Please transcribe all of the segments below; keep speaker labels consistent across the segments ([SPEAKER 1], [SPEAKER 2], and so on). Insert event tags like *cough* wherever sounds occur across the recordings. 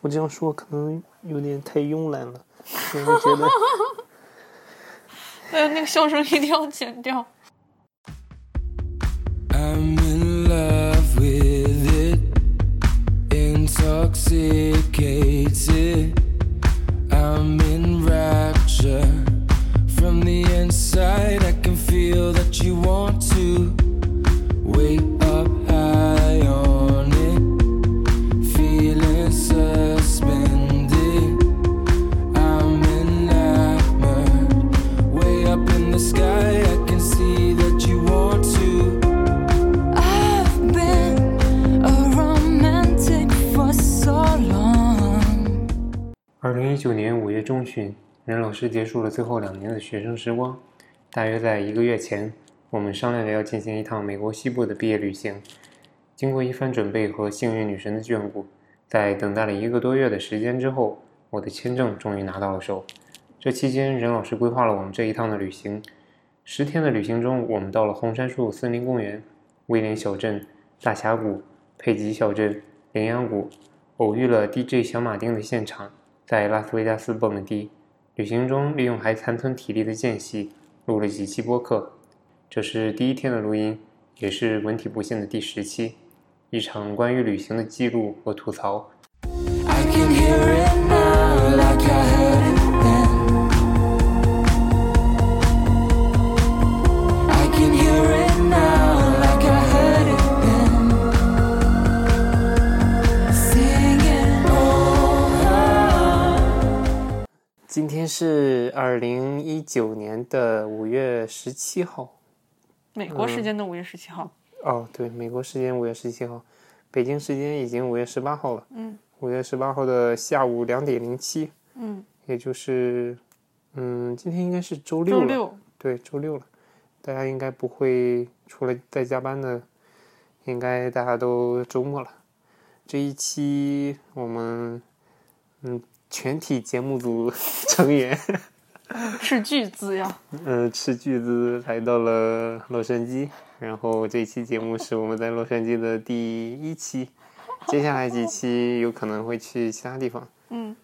[SPEAKER 1] 我这样说可能有点太慵懒了，因为觉得
[SPEAKER 2] *laughs* 对，那个笑声一定要剪掉。
[SPEAKER 3] I'm in love with it. Intoxicated. I'm in rapture. From the inside, I can feel that you want to. Way up high on it. Feeling suspended. I'm enamored. Way up in the sky, I can see that you want to.
[SPEAKER 4] I've been a romantic for so long.
[SPEAKER 5] 二零一九年五月中旬，任老师结束了最后两年的学生时光。大约在一个月前，我们商量着要进行一趟美国西部的毕业旅行。经过一番准备和幸运女神的眷顾，在等待了一个多月的时间之后，我的签证终于拿到了手。这期间，任老师规划了我们这一趟的旅行。十天的旅行中，我们到了红杉树森林公园、威廉小镇、大峡谷、佩吉小镇、羚羊谷，偶遇了 DJ 小马丁的现场，在拉斯维加斯蹦迪。旅行中，利用还残存体力的间隙，录了几期播客。这是第一天的录音，也是文体不限的第十期，一场关于旅行的记录和吐槽。
[SPEAKER 3] I can hear it now like I heard it then. I can hear it now like I heard it then. Singing, oh.
[SPEAKER 1] 今天是二零一九年的五月十七号。
[SPEAKER 2] 美
[SPEAKER 1] 嗯
[SPEAKER 2] 国时间的五月十七号，
[SPEAKER 1] 哦，对，美国时间五月十七号，北京时间已经五月十八号了。
[SPEAKER 2] 嗯，
[SPEAKER 1] 五月十八号的下午两点零七，
[SPEAKER 2] 嗯，
[SPEAKER 1] 也就是，嗯，今天应该是周六
[SPEAKER 2] 周
[SPEAKER 1] 了。
[SPEAKER 2] 六，
[SPEAKER 1] 对，周六了，大家应该不会除了在加班的，应该大家都周末了。这一期我们，嗯，全体节目组 *laughs* 成员，
[SPEAKER 2] 斥巨资呀，
[SPEAKER 1] 嗯，斥巨资来到了洛杉矶，然后这期节目是我们在洛杉矶的第一期，接下来几期有可能会去其他地方。
[SPEAKER 2] 嗯，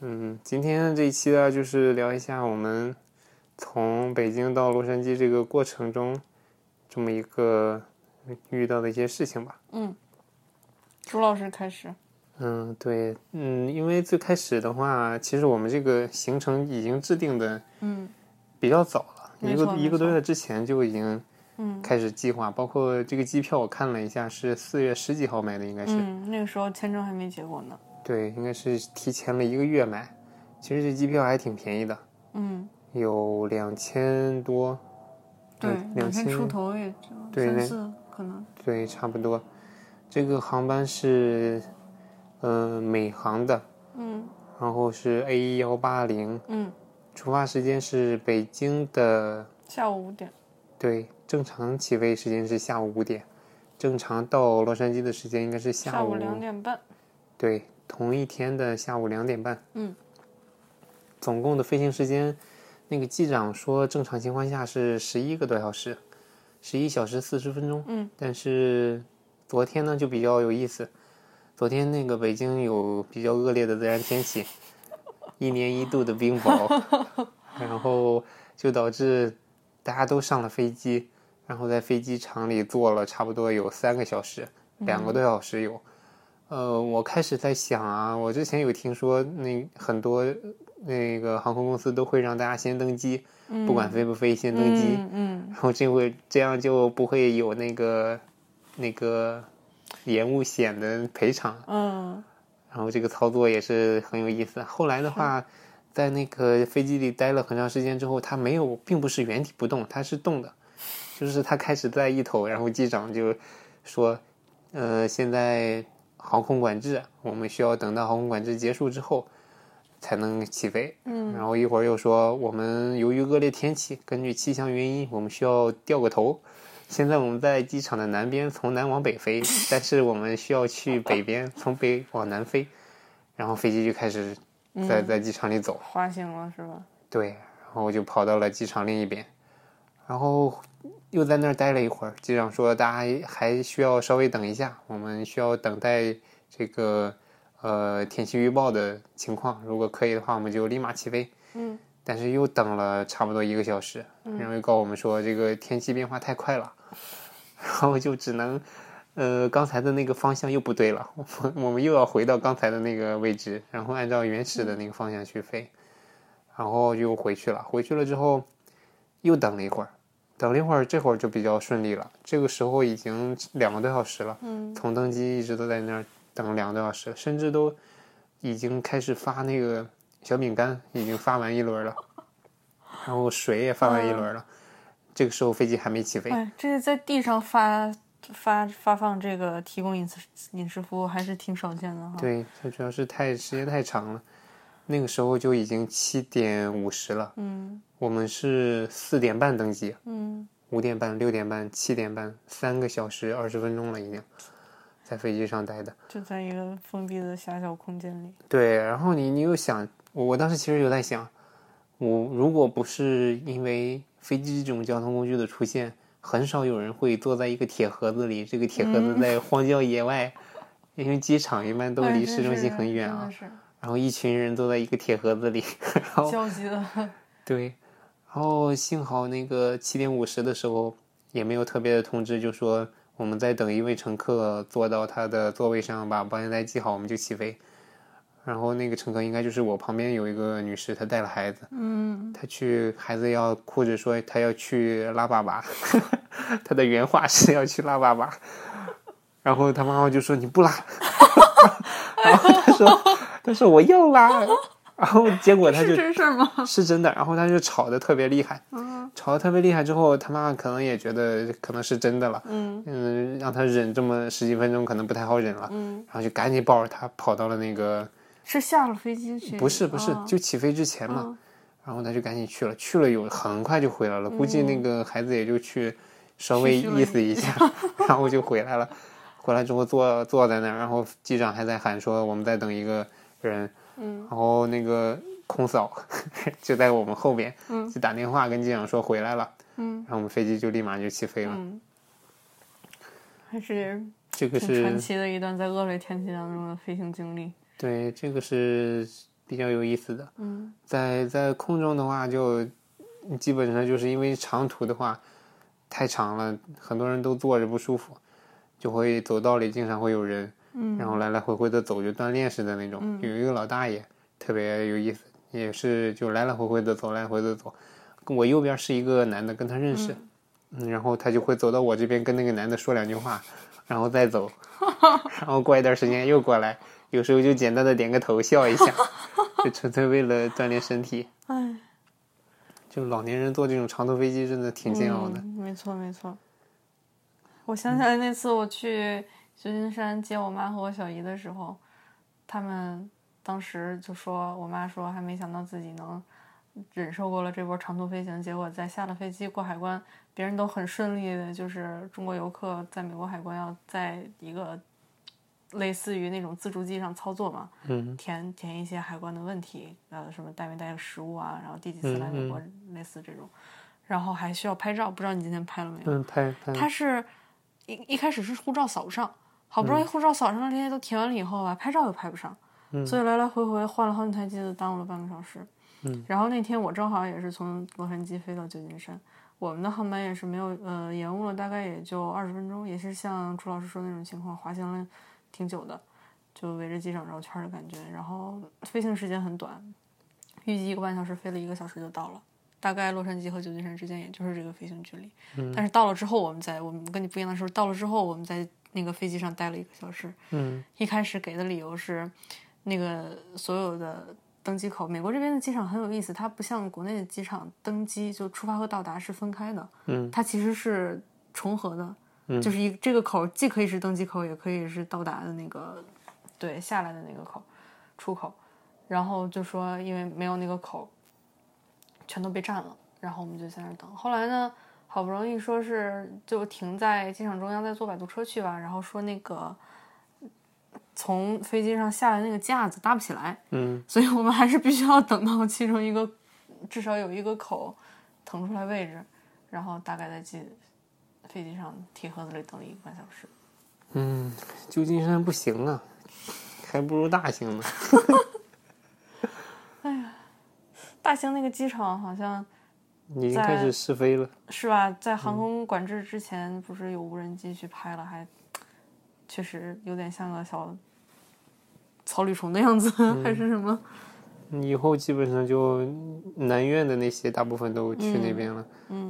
[SPEAKER 1] 嗯，今天这一期呢，就是聊一下我们从北京到洛杉矶这个过程中，这么一个遇到的一些事情吧。
[SPEAKER 2] 朱老师开始。
[SPEAKER 1] 嗯，对，嗯，因为最开始的话，其实我们这个行程已经制定的
[SPEAKER 2] 嗯
[SPEAKER 1] 比较早了，
[SPEAKER 2] 没
[SPEAKER 1] 一个
[SPEAKER 2] 错
[SPEAKER 1] 一
[SPEAKER 2] 没
[SPEAKER 1] 个多
[SPEAKER 2] 错
[SPEAKER 1] 月之前就已经
[SPEAKER 2] 嗯
[SPEAKER 1] 开始计划，包括这个机票我看了一下，是四月十几号买的，应该是、
[SPEAKER 2] 嗯，那个时候签证还没结果呢。
[SPEAKER 1] 对，应该是提前了一个月买。其实这机票还挺便宜的，
[SPEAKER 2] 嗯，
[SPEAKER 1] 有两千多，嗯
[SPEAKER 2] 对，两
[SPEAKER 1] 两
[SPEAKER 2] 千
[SPEAKER 1] 千
[SPEAKER 2] 出头也就
[SPEAKER 1] 对
[SPEAKER 2] 三
[SPEAKER 1] 那
[SPEAKER 2] 四可能。
[SPEAKER 1] 对，差不多。这个航班是，嗯、美航的，
[SPEAKER 2] 嗯
[SPEAKER 1] 然后是 A 幺八零，
[SPEAKER 2] 嗯，
[SPEAKER 1] 出发时间是北京的，
[SPEAKER 2] 下午五点。
[SPEAKER 1] 对，正常起飞时间是下午五点，正常到洛杉矶的时间应该是
[SPEAKER 2] 下
[SPEAKER 1] 下
[SPEAKER 2] 午两点半。
[SPEAKER 1] 对，同一天的下午两点半。
[SPEAKER 2] 嗯，
[SPEAKER 1] 总共的飞行时间，那个机长说正常情况下是十一个多小时，十一小时四十分钟。
[SPEAKER 2] 嗯，
[SPEAKER 1] 但是昨天呢就比较有意思，昨天那个北京有比较恶劣的自然天气，一年一度的冰雹，
[SPEAKER 2] *laughs*
[SPEAKER 1] 然后就导致大家都上了飞机，然后在飞机场里坐了差不多有三个小时，两个
[SPEAKER 2] 嗯
[SPEAKER 1] 多小时有。呃，我开始在想啊，我之前有听说那很多那个航空公司都会让大家先登机，不管飞不飞先登机，
[SPEAKER 2] 嗯嗯，
[SPEAKER 1] 然后这会这样就不会有那个那个延误险的赔偿。
[SPEAKER 2] 嗯，
[SPEAKER 1] 然后这个操作也是很有意思。后来的话，在那个飞机里待了很长时间之后，它没有，并不是原地不动，它是动的，就是它开始在一头，然后机长就说，呃，现在航空管制，我们需要等到航空管制结束之后才能起飞。嗯，然后一会儿又说，我们由于恶劣天气，根据气象原因，我们需要掉个头。现在我们在机场的南边，从南往北飞，但是我们需要去北边，从北往南飞，然后飞机就开始在在机场里走。
[SPEAKER 2] 滑行了是吧？
[SPEAKER 1] 对，然后我就跑到了机场另一边，然后又在那儿待了一会儿。机长说大家还需要稍微等一下，我们需要等待这个呃天气预报的情况，如果可以的话，我们就立马起飞。
[SPEAKER 2] 嗯，
[SPEAKER 1] 但是又等了差不多一个小时，然后又告我们说这个天气变化太快了，然后就只能，呃，刚才的那个方向又不对了，我们我们又要回到刚才的那个位置，然后按照原始的那个方向去飞，然后又回去了。回去了之后，又等了一会儿，等了一会儿，这会儿就比较顺利了。这个时候已经两个多小时了，
[SPEAKER 2] 嗯
[SPEAKER 1] 从登机一直都在那儿等两个多小时，甚至都已经开始发那个小饼干，已经发完一轮了，然后水也发完一轮了。这个时候飞机还没起飞，
[SPEAKER 2] 嗯哎，这个在地上发发发放这个提供饮食饮食服务还是挺少见的哈。，
[SPEAKER 1] 对，它主要是太时间太长了。那个时候就已经七点五十了，
[SPEAKER 2] 嗯
[SPEAKER 1] 我们是四点半登机，
[SPEAKER 2] 嗯，
[SPEAKER 1] 五点半、六点半、七点半，三个小时二十分钟了已经，在飞机上待的。
[SPEAKER 2] 就在一个封闭的狭小空间里。
[SPEAKER 1] 对，然后你你又想，我我当时其实有在想，我如果不是因为飞机这种交通工具的出现，很少有人会坐在一个铁盒子里，这个铁盒子在荒郊野外，因为机场一般都
[SPEAKER 2] 嗯哎
[SPEAKER 1] 离
[SPEAKER 2] 真
[SPEAKER 1] 市中
[SPEAKER 2] 是
[SPEAKER 1] 心很远
[SPEAKER 2] 真的
[SPEAKER 1] 啊，
[SPEAKER 2] 是
[SPEAKER 1] 然后一群人坐在一个铁盒子里， *laughs* 然后
[SPEAKER 2] 焦急的。 *laughs*
[SPEAKER 1] 对，然后幸好那个七点五十的时候也没有特别的通知，就说我们在等一位乘客坐到他的座位上，把保险带系好，我们就起飞。然后那个乘客应该就是我旁边有一个女士，她带了孩子，
[SPEAKER 2] 嗯，
[SPEAKER 1] 她去孩子要哭着说她要去拉粑粑， *laughs* 她的原话是要去拉粑粑，然后她妈妈就说你不拉， *laughs* 然后她说她说我要拉， *laughs* 然后结果她
[SPEAKER 2] 是
[SPEAKER 1] 就
[SPEAKER 2] 这事儿吗？
[SPEAKER 1] 是真的。然后他就吵得特别厉害，
[SPEAKER 2] 嗯
[SPEAKER 1] 吵得特别厉害之后，他妈可能也觉得可能是真的了，
[SPEAKER 2] 嗯
[SPEAKER 1] 嗯，让他忍这么十几分钟可能不太好忍了，
[SPEAKER 2] 嗯，
[SPEAKER 1] 然后就赶紧抱着他跑到了那个
[SPEAKER 2] 是下了飞机去？
[SPEAKER 1] 不是不是
[SPEAKER 2] 哦
[SPEAKER 1] 就起飞之前嘛，然后他就赶紧去了，去了有很快就回来了，估计那个孩子也就去稍微
[SPEAKER 2] 嗯嘘嘘了
[SPEAKER 1] 意思一下， *laughs* 然后就回来了。回来之后坐坐在那儿，然后机长还在喊说我们在等一个人，
[SPEAKER 2] 嗯，
[SPEAKER 1] 然后那个空嫂 *laughs* 就在我们后边，嗯，就打电话跟机长说回来了，
[SPEAKER 2] 嗯
[SPEAKER 1] 然后我们飞机就立马就起飞了。
[SPEAKER 2] 嗯，还是
[SPEAKER 1] 这个
[SPEAKER 2] 挺传
[SPEAKER 1] 是
[SPEAKER 2] 奇的一段在恶劣天气当中的飞行经历。
[SPEAKER 1] 对，这个是比较有意思的。
[SPEAKER 2] 嗯
[SPEAKER 1] 在在空中的话就，基本上就是因为长途的话太长了，很多人都坐着不舒服，就会走道里经常会有人，
[SPEAKER 2] 嗯
[SPEAKER 1] 然后来来回回的走，就锻炼似的那种。有一个老大爷特别有意思，也是就来来回回的走，来回的走。跟我右边是一个男的，跟他认识，嗯然后他就会走到我这边跟那个男的说两句话，然后再
[SPEAKER 2] *laughs*
[SPEAKER 1] 走，然后过一段时间又过来，有时候就简单的点个头笑一下，就纯粹为了锻炼身体。
[SPEAKER 2] 哎，
[SPEAKER 1] 就老年人坐这种长途飞机真的挺煎熬的。
[SPEAKER 2] 嗯没错没错，我想起来那次我去旧金山接我妈和我小姨的时候，他们当时就说，我妈说还没想到自己能忍受过了这波长途飞行，结果在下了飞机过海关，别人都很顺利的，就是中国游客在美国海关要在一个类似于那种自助机上操作嘛，
[SPEAKER 1] 嗯
[SPEAKER 2] 填填一些海关的问题，呃，什么带没带食物啊，然后第几次来
[SPEAKER 1] 嗯
[SPEAKER 2] 美国，类似这种，然后还需要拍照，不知道你今天拍了没有？
[SPEAKER 1] 嗯，拍拍
[SPEAKER 2] 他是一一开始是护照扫不上，好不
[SPEAKER 1] 嗯
[SPEAKER 2] 容易护照扫上了，这些都填完了以后吧，拍照又拍不上，所以来来回回换了好几台机子，耽误了半个小时。
[SPEAKER 1] 嗯
[SPEAKER 2] 然后那天我正好也是从洛杉矶飞到旧金山，我们的航班也是没有呃延误了，大概也就二十分钟，也是像朱老师说的那种情况，滑行了挺久的，就围着机场绕圈儿的感觉。然后飞行时间很短，预计一个半小时，飞了一个小时就到了。大概洛杉矶和旧金山之间也就是这个飞行距离，
[SPEAKER 1] 嗯
[SPEAKER 2] 但是到了之后，我们在我们跟你不一样的时候，到了之后我们在那个飞机上待了一个小时。
[SPEAKER 1] 嗯
[SPEAKER 2] 一开始给的理由是，那个所有的登机口，美国这边的机场很有意思，它不像国内的机场登机就出发和到达是分开的，
[SPEAKER 1] 嗯
[SPEAKER 2] 它其实是重合的，就是一这个口既可以是登机口，也可以是到达的那个对下来的那个口出口。然后就说因为没有那个口，全都被占了，然后我们就在那儿等。后来呢，好不容易说是就停在机场中央，再坐摆渡车去吧。然后说那个从飞机上下来那个架子搭不起来，
[SPEAKER 1] 嗯
[SPEAKER 2] *laughs* 所以我们还是必须要等到其中一个至少有一个口腾出来位置，然后大概在机飞机上铁盒子里等了一个半小时。
[SPEAKER 1] 嗯，旧金山不行啊，还不如大兴呢。
[SPEAKER 2] 大兴那个机场好像
[SPEAKER 1] 你已经开
[SPEAKER 2] 在
[SPEAKER 1] 始试飞了，
[SPEAKER 2] 是吧，在航空管制之前，不是有无人机去拍了，还确实有点像个小草履虫的样子， *laughs* 还是什么？
[SPEAKER 1] 你以后基本上就南苑的那些大部分都去那边了，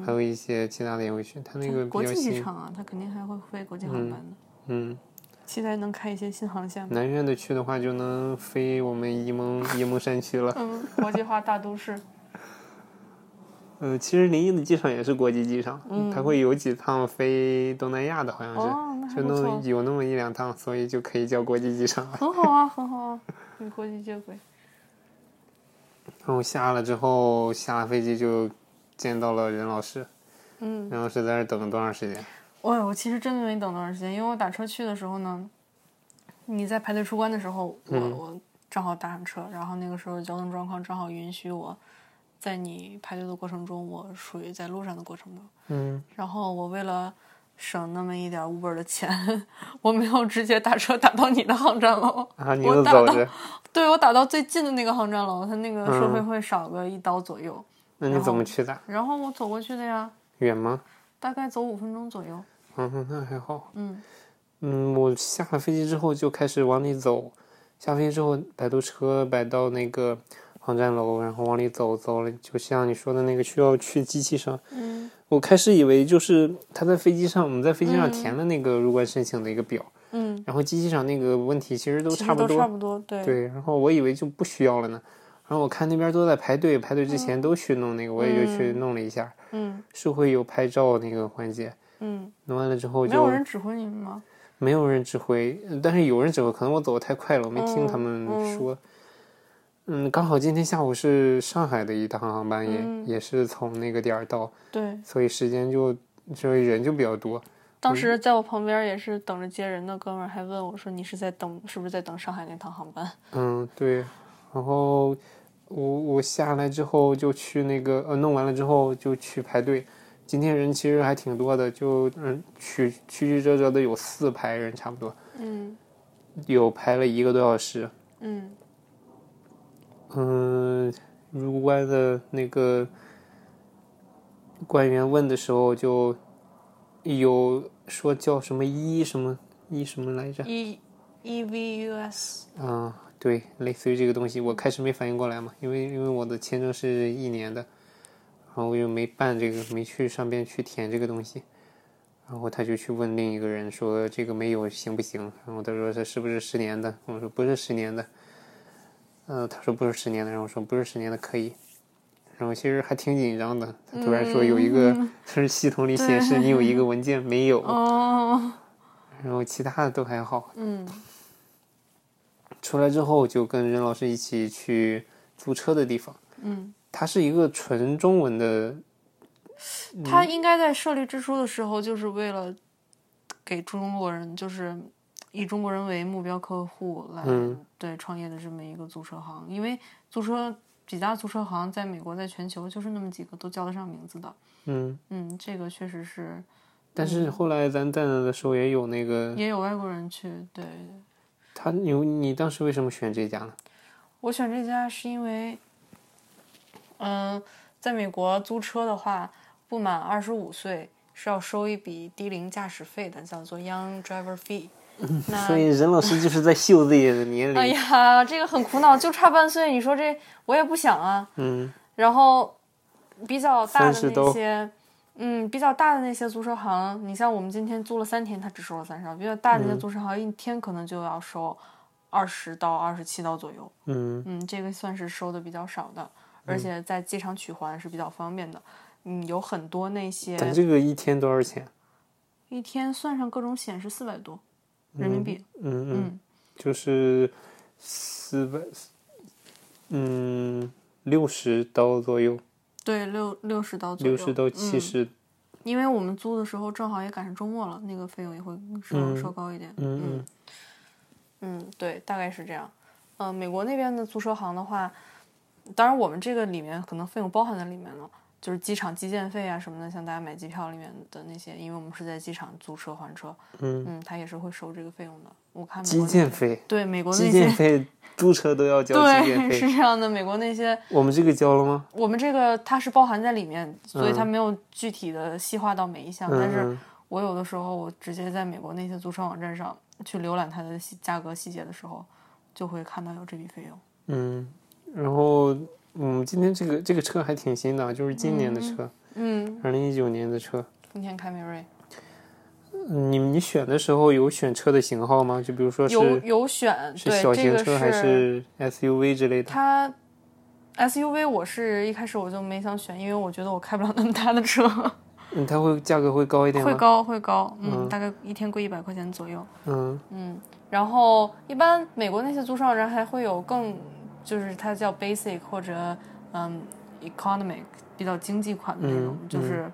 [SPEAKER 1] 还有一些其他的也会去。它那个比
[SPEAKER 2] 国
[SPEAKER 1] 较
[SPEAKER 2] 际机
[SPEAKER 1] 新，
[SPEAKER 2] 场啊，它肯定还会飞国际航班的，
[SPEAKER 1] 嗯，
[SPEAKER 2] 期待能开一些新航线吧。
[SPEAKER 1] 南苑的去的话就能飞我们沂蒙沂蒙山区了。
[SPEAKER 2] 嗯，国际化大都市，
[SPEAKER 1] 嗯，其实临沂的机场也是国际机场，它会有几趟飞东南亚的，好像是，
[SPEAKER 2] 嗯哦那还
[SPEAKER 1] 就
[SPEAKER 2] 不错
[SPEAKER 1] 能有那么一两趟，所以就可以叫国际机场了。
[SPEAKER 2] *laughs* 很好啊，很好啊， *laughs* 与国际接轨。
[SPEAKER 1] 然后下了之后，下了飞机就见到了任老师，
[SPEAKER 2] 嗯，
[SPEAKER 1] 任老师在那儿等了多长时间？
[SPEAKER 2] 我我其实真的没等多长时间，因为我打车去的时候呢，你在排队出关的时候，我、
[SPEAKER 1] 嗯
[SPEAKER 2] 我正好搭上车，然后那个时候交通状况正好允许我在你排队的过程中，我属于在路上的过程中。
[SPEAKER 1] 嗯，
[SPEAKER 2] 然后我为了省那么一点 Uber 的钱， *laughs* 我没有直接打车打到你的航站楼，
[SPEAKER 1] 啊，你
[SPEAKER 2] 我
[SPEAKER 1] 又
[SPEAKER 2] 打
[SPEAKER 1] 走
[SPEAKER 2] 到
[SPEAKER 1] 着，
[SPEAKER 2] 对我打到最近的那个航站楼，它那个收费
[SPEAKER 1] 嗯
[SPEAKER 2] 会少个一刀左右。
[SPEAKER 1] 那你
[SPEAKER 2] 然后
[SPEAKER 1] 怎么去的？
[SPEAKER 2] 然后我走过去的呀，
[SPEAKER 1] 远吗？
[SPEAKER 2] 大概走五分钟左右。
[SPEAKER 1] 嗯，那还好。
[SPEAKER 2] 嗯
[SPEAKER 1] 嗯，我下了飞机之后就开始往里走，下飞机之后摆渡车摆到那个航站楼，然后往里走，走了就像你说的那个需要去机器上。
[SPEAKER 2] 嗯
[SPEAKER 1] 我开始以为就是他在飞机上，我们在飞机上
[SPEAKER 2] 嗯
[SPEAKER 1] 填了那个入关申请的一个表，
[SPEAKER 2] 嗯，
[SPEAKER 1] 然后机器上那个问题其实都
[SPEAKER 2] 其实
[SPEAKER 1] 差不
[SPEAKER 2] 都
[SPEAKER 1] 多，
[SPEAKER 2] 差不多，对。
[SPEAKER 1] 对，然后我以为就不需要了呢，然后我看那边都在排队，排队之前都去弄那个，我也就去弄了一下，
[SPEAKER 2] 嗯
[SPEAKER 1] 是会有拍照那个环节，
[SPEAKER 2] 嗯，
[SPEAKER 1] 弄完了之后就
[SPEAKER 2] 没有人指挥你们吗？
[SPEAKER 1] 没有人指挥，呃但是有人指挥，可能我走的太快了，我没听他们说。嗯刚好今天下午是上海的一趟航班也，也、
[SPEAKER 2] 嗯
[SPEAKER 1] 是从那个点儿到，
[SPEAKER 2] 对，
[SPEAKER 1] 所以时间就所以人就比较多。
[SPEAKER 2] 当时在我旁边也是等着接人的哥们儿还问我说：“你是在等是不是在等上海那趟航班 *laughs*
[SPEAKER 1] 嗯，对。然后我我下来之后就去那个呃弄完了之后就去排队。今天人其实还挺多的，就嗯曲曲曲折折的有四排人差不多，？”
[SPEAKER 2] 嗯
[SPEAKER 1] 有排了一个多小时。
[SPEAKER 2] 嗯
[SPEAKER 1] 嗯，入关的那个官员问的时候，就有说叫什么一什么一什么来着？
[SPEAKER 2] ，E E V U S，
[SPEAKER 1] 啊，对，类似于这个东西，我开始没反应过来嘛，因为因为我的签证是一年的，然后我又没办这个，没去上边去填这个东西，然后他就去问另一个人说这个没有行不行？然后他说这是不是十年的？我说不是十年的，呃，他说不是十年的，然后我说不是十年的可以。然后其实还挺紧张的，他突然说有一个， *laughs* 就是系统里显示你有一个文件没有，
[SPEAKER 2] 哦，
[SPEAKER 1] 然后其他的都还好，
[SPEAKER 2] 嗯
[SPEAKER 1] 出来之后就跟任老师一起去租车的地方，
[SPEAKER 2] 嗯，
[SPEAKER 1] 它是一个纯中文的，嗯
[SPEAKER 2] 他应该在设立之初的时候，就是为了给中国人，就是以中国人为目标客户来、
[SPEAKER 1] 嗯
[SPEAKER 2] 对创业的这么一个租车行，因为租车几大租车行在美国，在全球就是那么几个都叫得上名字的。
[SPEAKER 1] 嗯，
[SPEAKER 2] 嗯，这个确实是
[SPEAKER 1] 但是后来咱在那的时候也有那个，
[SPEAKER 2] 嗯也有外国人去。对
[SPEAKER 1] 他你你当时为什么选这家呢？
[SPEAKER 2] 我选这家是因为，嗯、在美国租车的话，不满二十五岁是要收一笔低龄驾驶费的，叫做 Young Driver
[SPEAKER 1] *laughs*
[SPEAKER 2] Fee。那
[SPEAKER 1] 所以任老师就是在秀自己的年
[SPEAKER 2] 啊 *laughs* 哎
[SPEAKER 1] 龄，
[SPEAKER 2] 呀，这个很苦恼，就差半岁，你说这我也不想啊。
[SPEAKER 1] 嗯
[SPEAKER 2] 然后比较大
[SPEAKER 1] 三十
[SPEAKER 2] 的
[SPEAKER 1] 刀
[SPEAKER 2] 那些，嗯，比较大的那些租车行，你像我们今天租了三天，他只收了三十刀；比较大的那
[SPEAKER 1] 嗯
[SPEAKER 2] 些租车行，一天可能就要收二十到二十七刀左右。
[SPEAKER 1] 嗯
[SPEAKER 2] 嗯，这个算是收的比较少的，而且在机场取还是比较方便的。嗯，有很多那些
[SPEAKER 1] 咱这个一天多少钱？
[SPEAKER 2] 一天算上各种险是四百多人民币。
[SPEAKER 1] 嗯嗯，
[SPEAKER 2] 嗯
[SPEAKER 1] 就是四百，嗯，六十刀左右，
[SPEAKER 2] 对，六六十刀左右，
[SPEAKER 1] 六十到七
[SPEAKER 2] 嗯
[SPEAKER 1] 十，
[SPEAKER 2] 因为我们租的时候正好也赶上周末了，那个费用也会稍
[SPEAKER 1] 嗯
[SPEAKER 2] 稍高一点。
[SPEAKER 1] 嗯
[SPEAKER 2] 嗯嗯对，大概是这样。嗯、美国那边的租车行的话，当然我们这个里面可能费用包含在里面了，就是机场基建费啊什么的，像大家买机票里面的那些，因为我们是在机场租车还车，
[SPEAKER 1] 嗯，
[SPEAKER 2] 嗯，他也是会收这个费用的。我看美国
[SPEAKER 1] 基
[SPEAKER 2] 那
[SPEAKER 1] 建
[SPEAKER 2] 些，
[SPEAKER 1] 费，
[SPEAKER 2] 对美国
[SPEAKER 1] 基
[SPEAKER 2] 那
[SPEAKER 1] 建
[SPEAKER 2] 些，
[SPEAKER 1] 费租车都要交基建
[SPEAKER 2] 对是
[SPEAKER 1] 费，
[SPEAKER 2] 这样的，美国那些
[SPEAKER 1] 我们这个交了吗？
[SPEAKER 2] 我们这个它是包含在里面，所以它
[SPEAKER 1] 嗯
[SPEAKER 2] 没有具体的细化到每一项。但是
[SPEAKER 1] 嗯
[SPEAKER 2] 我有的时候我直接在美国那些租车网站上去浏览它的细价格细节的时候，就会看到有这笔费用。
[SPEAKER 1] 嗯，嗯然后嗯，今天这个这个车还挺新的啊，就是今年的车，
[SPEAKER 2] 嗯，
[SPEAKER 1] 二零一九年的车。嗯
[SPEAKER 2] 丰田凯美瑞
[SPEAKER 1] 你你选的时候有选车的型号吗？就比如说
[SPEAKER 2] 有
[SPEAKER 1] 是
[SPEAKER 2] 有选，
[SPEAKER 1] 是
[SPEAKER 2] 对
[SPEAKER 1] 小
[SPEAKER 2] 这
[SPEAKER 1] 型
[SPEAKER 2] 个
[SPEAKER 1] 车还是 SUV 之类的？
[SPEAKER 2] 它 SUV，我是一开始我就没想选，因为我觉得我开不了那么大的车，
[SPEAKER 1] 嗯，它会价格会高一点吗？
[SPEAKER 2] 会。高会高，嗯，
[SPEAKER 1] 嗯
[SPEAKER 2] 大概一天贵一百块钱左右。
[SPEAKER 1] 嗯
[SPEAKER 2] 嗯，然后一般美国那些租车网站还会有更，就是它叫 basic 或者嗯 economic 比较经济款的那种，
[SPEAKER 1] 嗯
[SPEAKER 2] 就是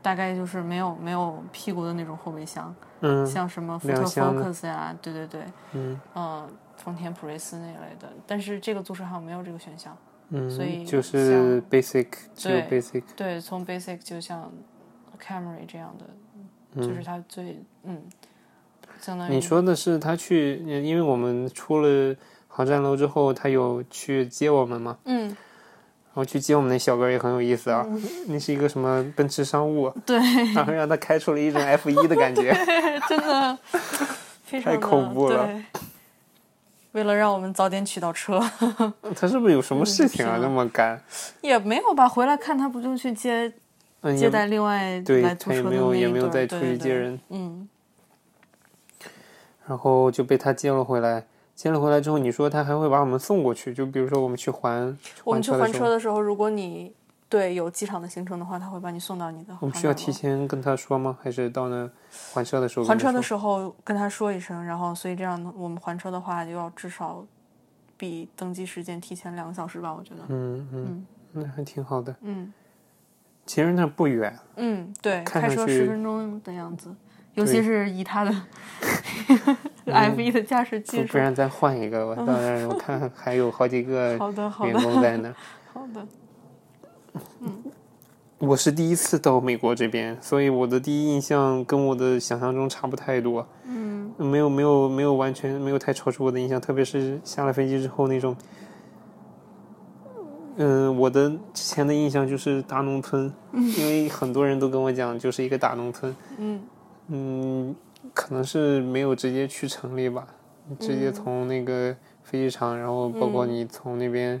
[SPEAKER 2] 大概就是没有没有屁股的那种后备箱，
[SPEAKER 1] 嗯
[SPEAKER 2] 像什么福特
[SPEAKER 1] 两厢的
[SPEAKER 2] Focus 呀、对对对，
[SPEAKER 1] 嗯
[SPEAKER 2] 嗯，丰田普锐斯那一类的。但是这个租车好像没有这个选项。
[SPEAKER 1] 嗯，
[SPEAKER 2] 所以
[SPEAKER 1] 就
[SPEAKER 2] 像
[SPEAKER 1] 是 basic 只有
[SPEAKER 2] 对
[SPEAKER 1] basic。
[SPEAKER 2] 对，从 basic 就像 Camry 这样的，就是它最嗯，相当于
[SPEAKER 1] 你说的是他去，呃因为我们出了航站楼之后，他有去接我们嘛？
[SPEAKER 2] 嗯，
[SPEAKER 1] 然后去接我们那小哥也很有意思啊，那是一个什么奔驰商务啊，
[SPEAKER 2] 对，
[SPEAKER 1] 然后让他开出了一
[SPEAKER 2] *laughs*
[SPEAKER 1] 种 F 一的感觉。
[SPEAKER 2] 真的非常
[SPEAKER 1] 太恐怖了
[SPEAKER 2] 对。为了让我们早点取到车，
[SPEAKER 1] 他是不是有什么事情啊？
[SPEAKER 2] 是啊
[SPEAKER 1] 那么干？
[SPEAKER 2] *laughs* 也没有吧？回来看他不就去接
[SPEAKER 1] 嗯，
[SPEAKER 2] 接
[SPEAKER 1] 也
[SPEAKER 2] 待另外
[SPEAKER 1] 对
[SPEAKER 2] 来租
[SPEAKER 1] 他也
[SPEAKER 2] 车的
[SPEAKER 1] 没有
[SPEAKER 2] 那一
[SPEAKER 1] 也没有
[SPEAKER 2] 对儿
[SPEAKER 1] 再
[SPEAKER 2] 对
[SPEAKER 1] 出去
[SPEAKER 2] 对
[SPEAKER 1] 接人
[SPEAKER 2] 对嗯，
[SPEAKER 1] 然后就被他接了回来。接了回来之后，你说他还会把我们送过去，就比如说我们去还，
[SPEAKER 2] 我们去还
[SPEAKER 1] 还车的时候
[SPEAKER 2] 车的时候，如果你对有机场的行程的话，他会把你送到你的。
[SPEAKER 1] 我们需要提。前跟他说吗？还是到那还车的时候
[SPEAKER 2] 还
[SPEAKER 1] 跟他说？
[SPEAKER 2] 车的时候跟他说一声，然后所以这样呢我们还车的话，就要至少比登机时间提前两个小时吧，我觉得。
[SPEAKER 1] 嗯嗯
[SPEAKER 2] 嗯，
[SPEAKER 1] 那还挺好的。
[SPEAKER 2] 嗯
[SPEAKER 1] 其实那不远，
[SPEAKER 2] 嗯，对，
[SPEAKER 1] 看
[SPEAKER 2] 开
[SPEAKER 1] 上
[SPEAKER 2] 车
[SPEAKER 1] 去
[SPEAKER 2] 十分钟的样子，尤
[SPEAKER 1] 对嗯
[SPEAKER 2] 其是以
[SPEAKER 1] *laughs*
[SPEAKER 2] 他的 F 一的驾驶技
[SPEAKER 1] 不
[SPEAKER 2] 术
[SPEAKER 1] 不。然咱换一个吧。当然，我看还有好几个
[SPEAKER 2] 嗯 *laughs* 好的，好
[SPEAKER 1] 员
[SPEAKER 2] 的，
[SPEAKER 1] 工在那儿。
[SPEAKER 2] 好的。
[SPEAKER 1] 我是第一次到美国这边，所以我的第一印象跟我的想象中差不太多，
[SPEAKER 2] 嗯，
[SPEAKER 1] 没有没有没有完全没有太超出我的印象，特别是下了飞机之后那种，嗯、我的之前的印象就是大农村，因为很多人都跟我讲就是一个大农村，
[SPEAKER 2] 嗯
[SPEAKER 1] 嗯，可能是没有直接去城里吧，直接从那个飞机场，然后包括你从那边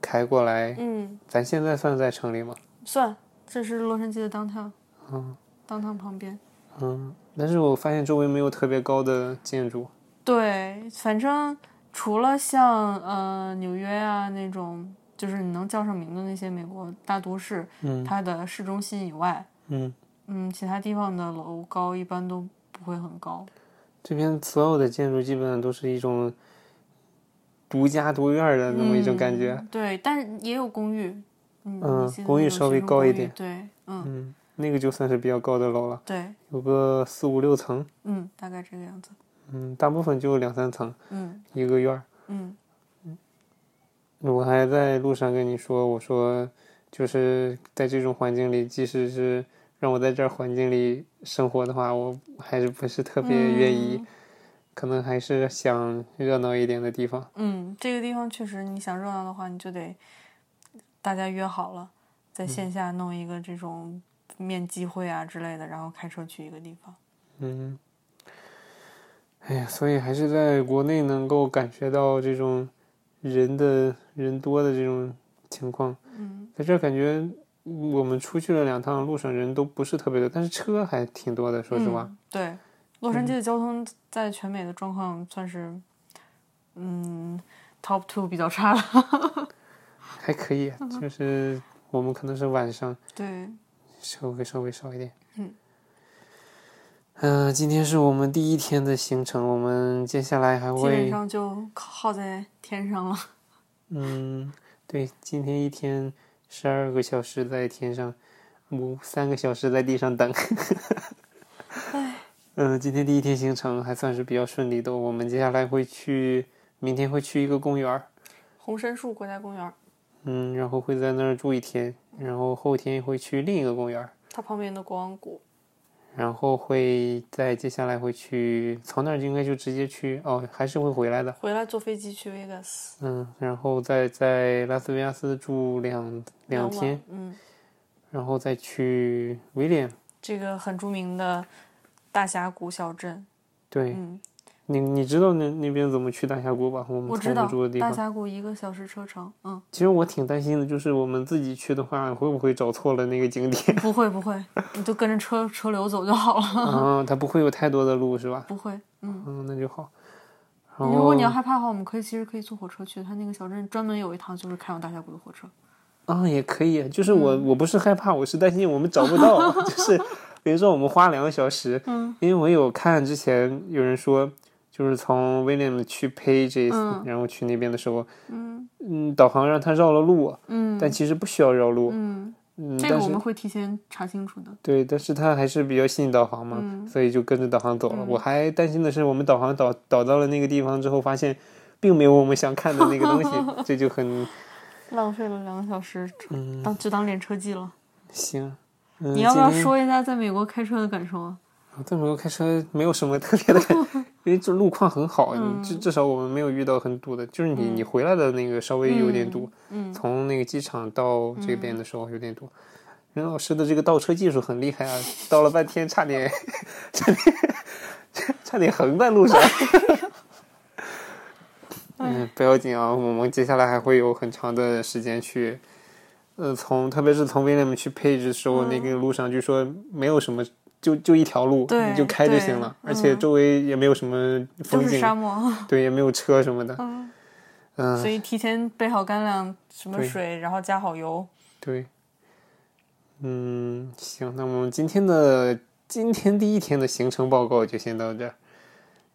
[SPEAKER 1] 开过来，
[SPEAKER 2] 嗯，
[SPEAKER 1] 咱现在算在城里吗？
[SPEAKER 2] 算，这是洛杉矶的 downtown，
[SPEAKER 1] 嗯
[SPEAKER 2] downtown 旁边。
[SPEAKER 1] 嗯，但是我发现周围没有特别高的建筑，
[SPEAKER 2] 对，反正除了像呃纽约啊那种，就是你能叫上名的那些美国大都市，
[SPEAKER 1] 嗯
[SPEAKER 2] 它的市中心以外，
[SPEAKER 1] 嗯，
[SPEAKER 2] 嗯，其他地方的楼高一般都不会很高。
[SPEAKER 1] 这边所有的建筑基本上都是一种独家独院儿的那么一种感觉，
[SPEAKER 2] 嗯对，但是也有公寓，嗯，
[SPEAKER 1] 嗯
[SPEAKER 2] 一些
[SPEAKER 1] 公寓
[SPEAKER 2] 那种
[SPEAKER 1] 稍微
[SPEAKER 2] 学生
[SPEAKER 1] 高
[SPEAKER 2] 公
[SPEAKER 1] 一
[SPEAKER 2] 寓
[SPEAKER 1] 点
[SPEAKER 2] 对，嗯，
[SPEAKER 1] 嗯，那个就算是比较高的楼了，
[SPEAKER 2] 对，
[SPEAKER 1] 有个四五六层，
[SPEAKER 2] 嗯，大概这个样子，
[SPEAKER 1] 嗯，大部分就两三层
[SPEAKER 2] 嗯
[SPEAKER 1] 一个院儿。
[SPEAKER 2] 嗯
[SPEAKER 1] 我还在路上跟你说，我说就是在这种环境里，即使是让我在这儿环境里生活的话，我还是不是特别愿意，
[SPEAKER 2] 嗯
[SPEAKER 1] 可能还是想热闹一点的地方。
[SPEAKER 2] 嗯，这个地方确实，你想热闹的话，你就得大家约好了，在线下弄一个这种面基会啊之类的，然后开车去一个地方。
[SPEAKER 1] 嗯，哎呀，所以还是在国内能够感觉到这种人的人多的这种情况，
[SPEAKER 2] 嗯
[SPEAKER 1] 在这儿感觉我们出去了两趟，路上人都不是特别多，但是车还挺多的，说实话。
[SPEAKER 2] 嗯，对，洛杉矶的交通在全美的状况算是，嗯，top two 比较差了。
[SPEAKER 1] 还可以，就是我们可能是晚上
[SPEAKER 2] 对，
[SPEAKER 1] 稍微稍微少一点。
[SPEAKER 2] 嗯。
[SPEAKER 1] 嗯、今天是我们第一天的行程，我们接下来还
[SPEAKER 2] 基本
[SPEAKER 1] 会，
[SPEAKER 2] 上就耗在天上了。
[SPEAKER 1] 嗯，对，今天一天十二个小时在天上，五三个小时在地上等。嗯、今天第一天行程还算是比较顺利的，我们接下来会去，明天会去一个公园儿，
[SPEAKER 2] 红参树国家公园儿，
[SPEAKER 1] 嗯，然后会在那儿住一天，然后后天会去另一个公园儿，
[SPEAKER 2] 它旁边的国王谷，
[SPEAKER 1] 然后会再接下来会去，从那儿就应该就直接去哦，还是会回来的。
[SPEAKER 2] 回来坐飞机去 Vegas
[SPEAKER 1] 嗯，然后再在拉斯维加斯住两两
[SPEAKER 2] 晚
[SPEAKER 1] 天，，
[SPEAKER 2] 嗯，
[SPEAKER 1] 然后再去威廉。
[SPEAKER 2] 这个很著名的大峡谷小镇，
[SPEAKER 1] 对、
[SPEAKER 2] 嗯，
[SPEAKER 1] 你，你知道那那边怎么去大峡谷吧？我
[SPEAKER 2] 我
[SPEAKER 1] 们
[SPEAKER 2] 知
[SPEAKER 1] 从我
[SPEAKER 2] 道
[SPEAKER 1] 住的地
[SPEAKER 2] 大
[SPEAKER 1] 方。
[SPEAKER 2] 峡谷一个小时车程，嗯，
[SPEAKER 1] 其实我挺担心的，就是我们自己去的话，会不会找错了那个景点？ *laughs*
[SPEAKER 2] 不会不会，你就跟着车车流走就好了， *laughs*
[SPEAKER 1] 啊，它不会有太多的路是吧？
[SPEAKER 2] 不
[SPEAKER 1] *laughs*
[SPEAKER 2] 会，嗯。
[SPEAKER 1] 嗯，那就好。然后
[SPEAKER 2] 如果你要害怕的话，我们可以其实可以坐火车去，它那个小镇专门有一趟就是开往大峡谷的火车。
[SPEAKER 1] 啊，也可以，就是我、
[SPEAKER 2] 嗯
[SPEAKER 1] 我不是害怕，我是担心我们找不到，
[SPEAKER 2] *laughs*
[SPEAKER 1] 就是比如说我们花两个小时，
[SPEAKER 2] 嗯，
[SPEAKER 1] 因为我有看之前有人说，就是从 William 去 Pages，、
[SPEAKER 2] 嗯
[SPEAKER 1] 然后去那边的时候，
[SPEAKER 2] 嗯
[SPEAKER 1] 嗯，导航让他绕了路，啊
[SPEAKER 2] 嗯
[SPEAKER 1] 但其实不需要绕路，
[SPEAKER 2] 嗯，
[SPEAKER 1] 嗯，
[SPEAKER 2] 这个
[SPEAKER 1] 但
[SPEAKER 2] 我
[SPEAKER 1] 是嗯
[SPEAKER 2] 们会提前查清楚的。
[SPEAKER 1] 对，但是他还是比较信导航嘛，
[SPEAKER 2] 嗯
[SPEAKER 1] 所以就跟着导航走了。我还担心的是，我们导航导导到了那个地方之后，发现并没有我们想看的那个东西，这就很
[SPEAKER 2] 浪费了两个小时，
[SPEAKER 1] 嗯
[SPEAKER 2] 当就当练车技了。
[SPEAKER 1] 行。嗯
[SPEAKER 2] 你要不要
[SPEAKER 1] 今天
[SPEAKER 2] 说一下在美国开车的感受啊？
[SPEAKER 1] 在美国开车没有什么特别的感觉，因为这路况很好，你
[SPEAKER 2] 嗯
[SPEAKER 1] 至至少我们没有遇到很堵的，就是你、你回来的那个稍微有点堵，
[SPEAKER 2] 嗯
[SPEAKER 1] 从那个机场到这边的时候有点堵。任老师的这个倒车技术很厉害啊，倒了半天差点 *laughs* 差点 *laughs* 差点横在路上。
[SPEAKER 2] *laughs* 哎
[SPEAKER 1] 嗯，不要紧啊，我们接下来还会有很长的时间去，呃，从特别是从 William 去 Page 的时候，
[SPEAKER 2] 嗯
[SPEAKER 1] 那个路上据说没有什么，就就一条路，
[SPEAKER 2] 对
[SPEAKER 1] 你就开就
[SPEAKER 2] 对
[SPEAKER 1] 行了，而且周围也没有什么
[SPEAKER 2] 就
[SPEAKER 1] 风
[SPEAKER 2] 嗯是
[SPEAKER 1] 景，
[SPEAKER 2] 沙漠，
[SPEAKER 1] 对，也没有车什么的，
[SPEAKER 2] 嗯，
[SPEAKER 1] 嗯，
[SPEAKER 2] 所以提前备好干粮、什么
[SPEAKER 1] 对
[SPEAKER 2] 水，然后加好油。
[SPEAKER 1] 对，嗯，行，那我们今天的今天第一天的行程报告就先到这儿。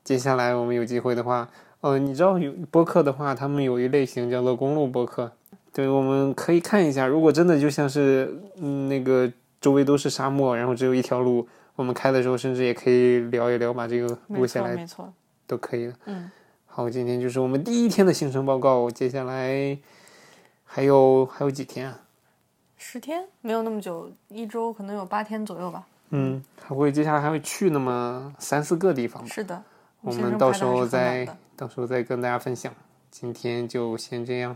[SPEAKER 1] 接下来我们有机会的话，呃，你知道有播客的话，他们有一类型叫做公路播客，对，我们可以看一下。如果真的就像是嗯那个周围都是沙漠，然后只有一条路，我们开的时候甚至也可以聊一聊，把这个录
[SPEAKER 2] 没
[SPEAKER 1] 下
[SPEAKER 2] 错，
[SPEAKER 1] 来
[SPEAKER 2] 没错。
[SPEAKER 1] 都可以的。
[SPEAKER 2] 嗯，
[SPEAKER 1] 好，今天就是我们第一天的行程报告，接下来还有还有几天啊？
[SPEAKER 2] 十天没有那么久，一周可能有八天左右吧。
[SPEAKER 1] 嗯，还会接下来还会去那么三四个地方吧，
[SPEAKER 2] 是的，
[SPEAKER 1] 我
[SPEAKER 2] 行
[SPEAKER 1] 们
[SPEAKER 2] 程
[SPEAKER 1] 到
[SPEAKER 2] 排
[SPEAKER 1] 时
[SPEAKER 2] 得还是很
[SPEAKER 1] 候
[SPEAKER 2] 满
[SPEAKER 1] 再
[SPEAKER 2] 的
[SPEAKER 1] 到时候再跟大家分享。今天就先这样，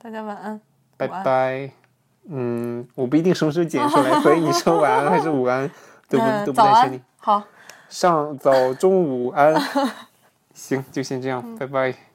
[SPEAKER 2] 大家晚安，
[SPEAKER 1] 拜
[SPEAKER 2] 午安
[SPEAKER 1] 拜。嗯，我不一定什么时候剪出来，所以你说晚安还是
[SPEAKER 2] *laughs*
[SPEAKER 1] 午安都不
[SPEAKER 2] 嗯
[SPEAKER 1] 都不
[SPEAKER 2] 早
[SPEAKER 1] 太确定
[SPEAKER 2] 安。，好。
[SPEAKER 1] *laughs*
[SPEAKER 2] 嗯
[SPEAKER 1] 上早中午安，行，就先这样，拜拜。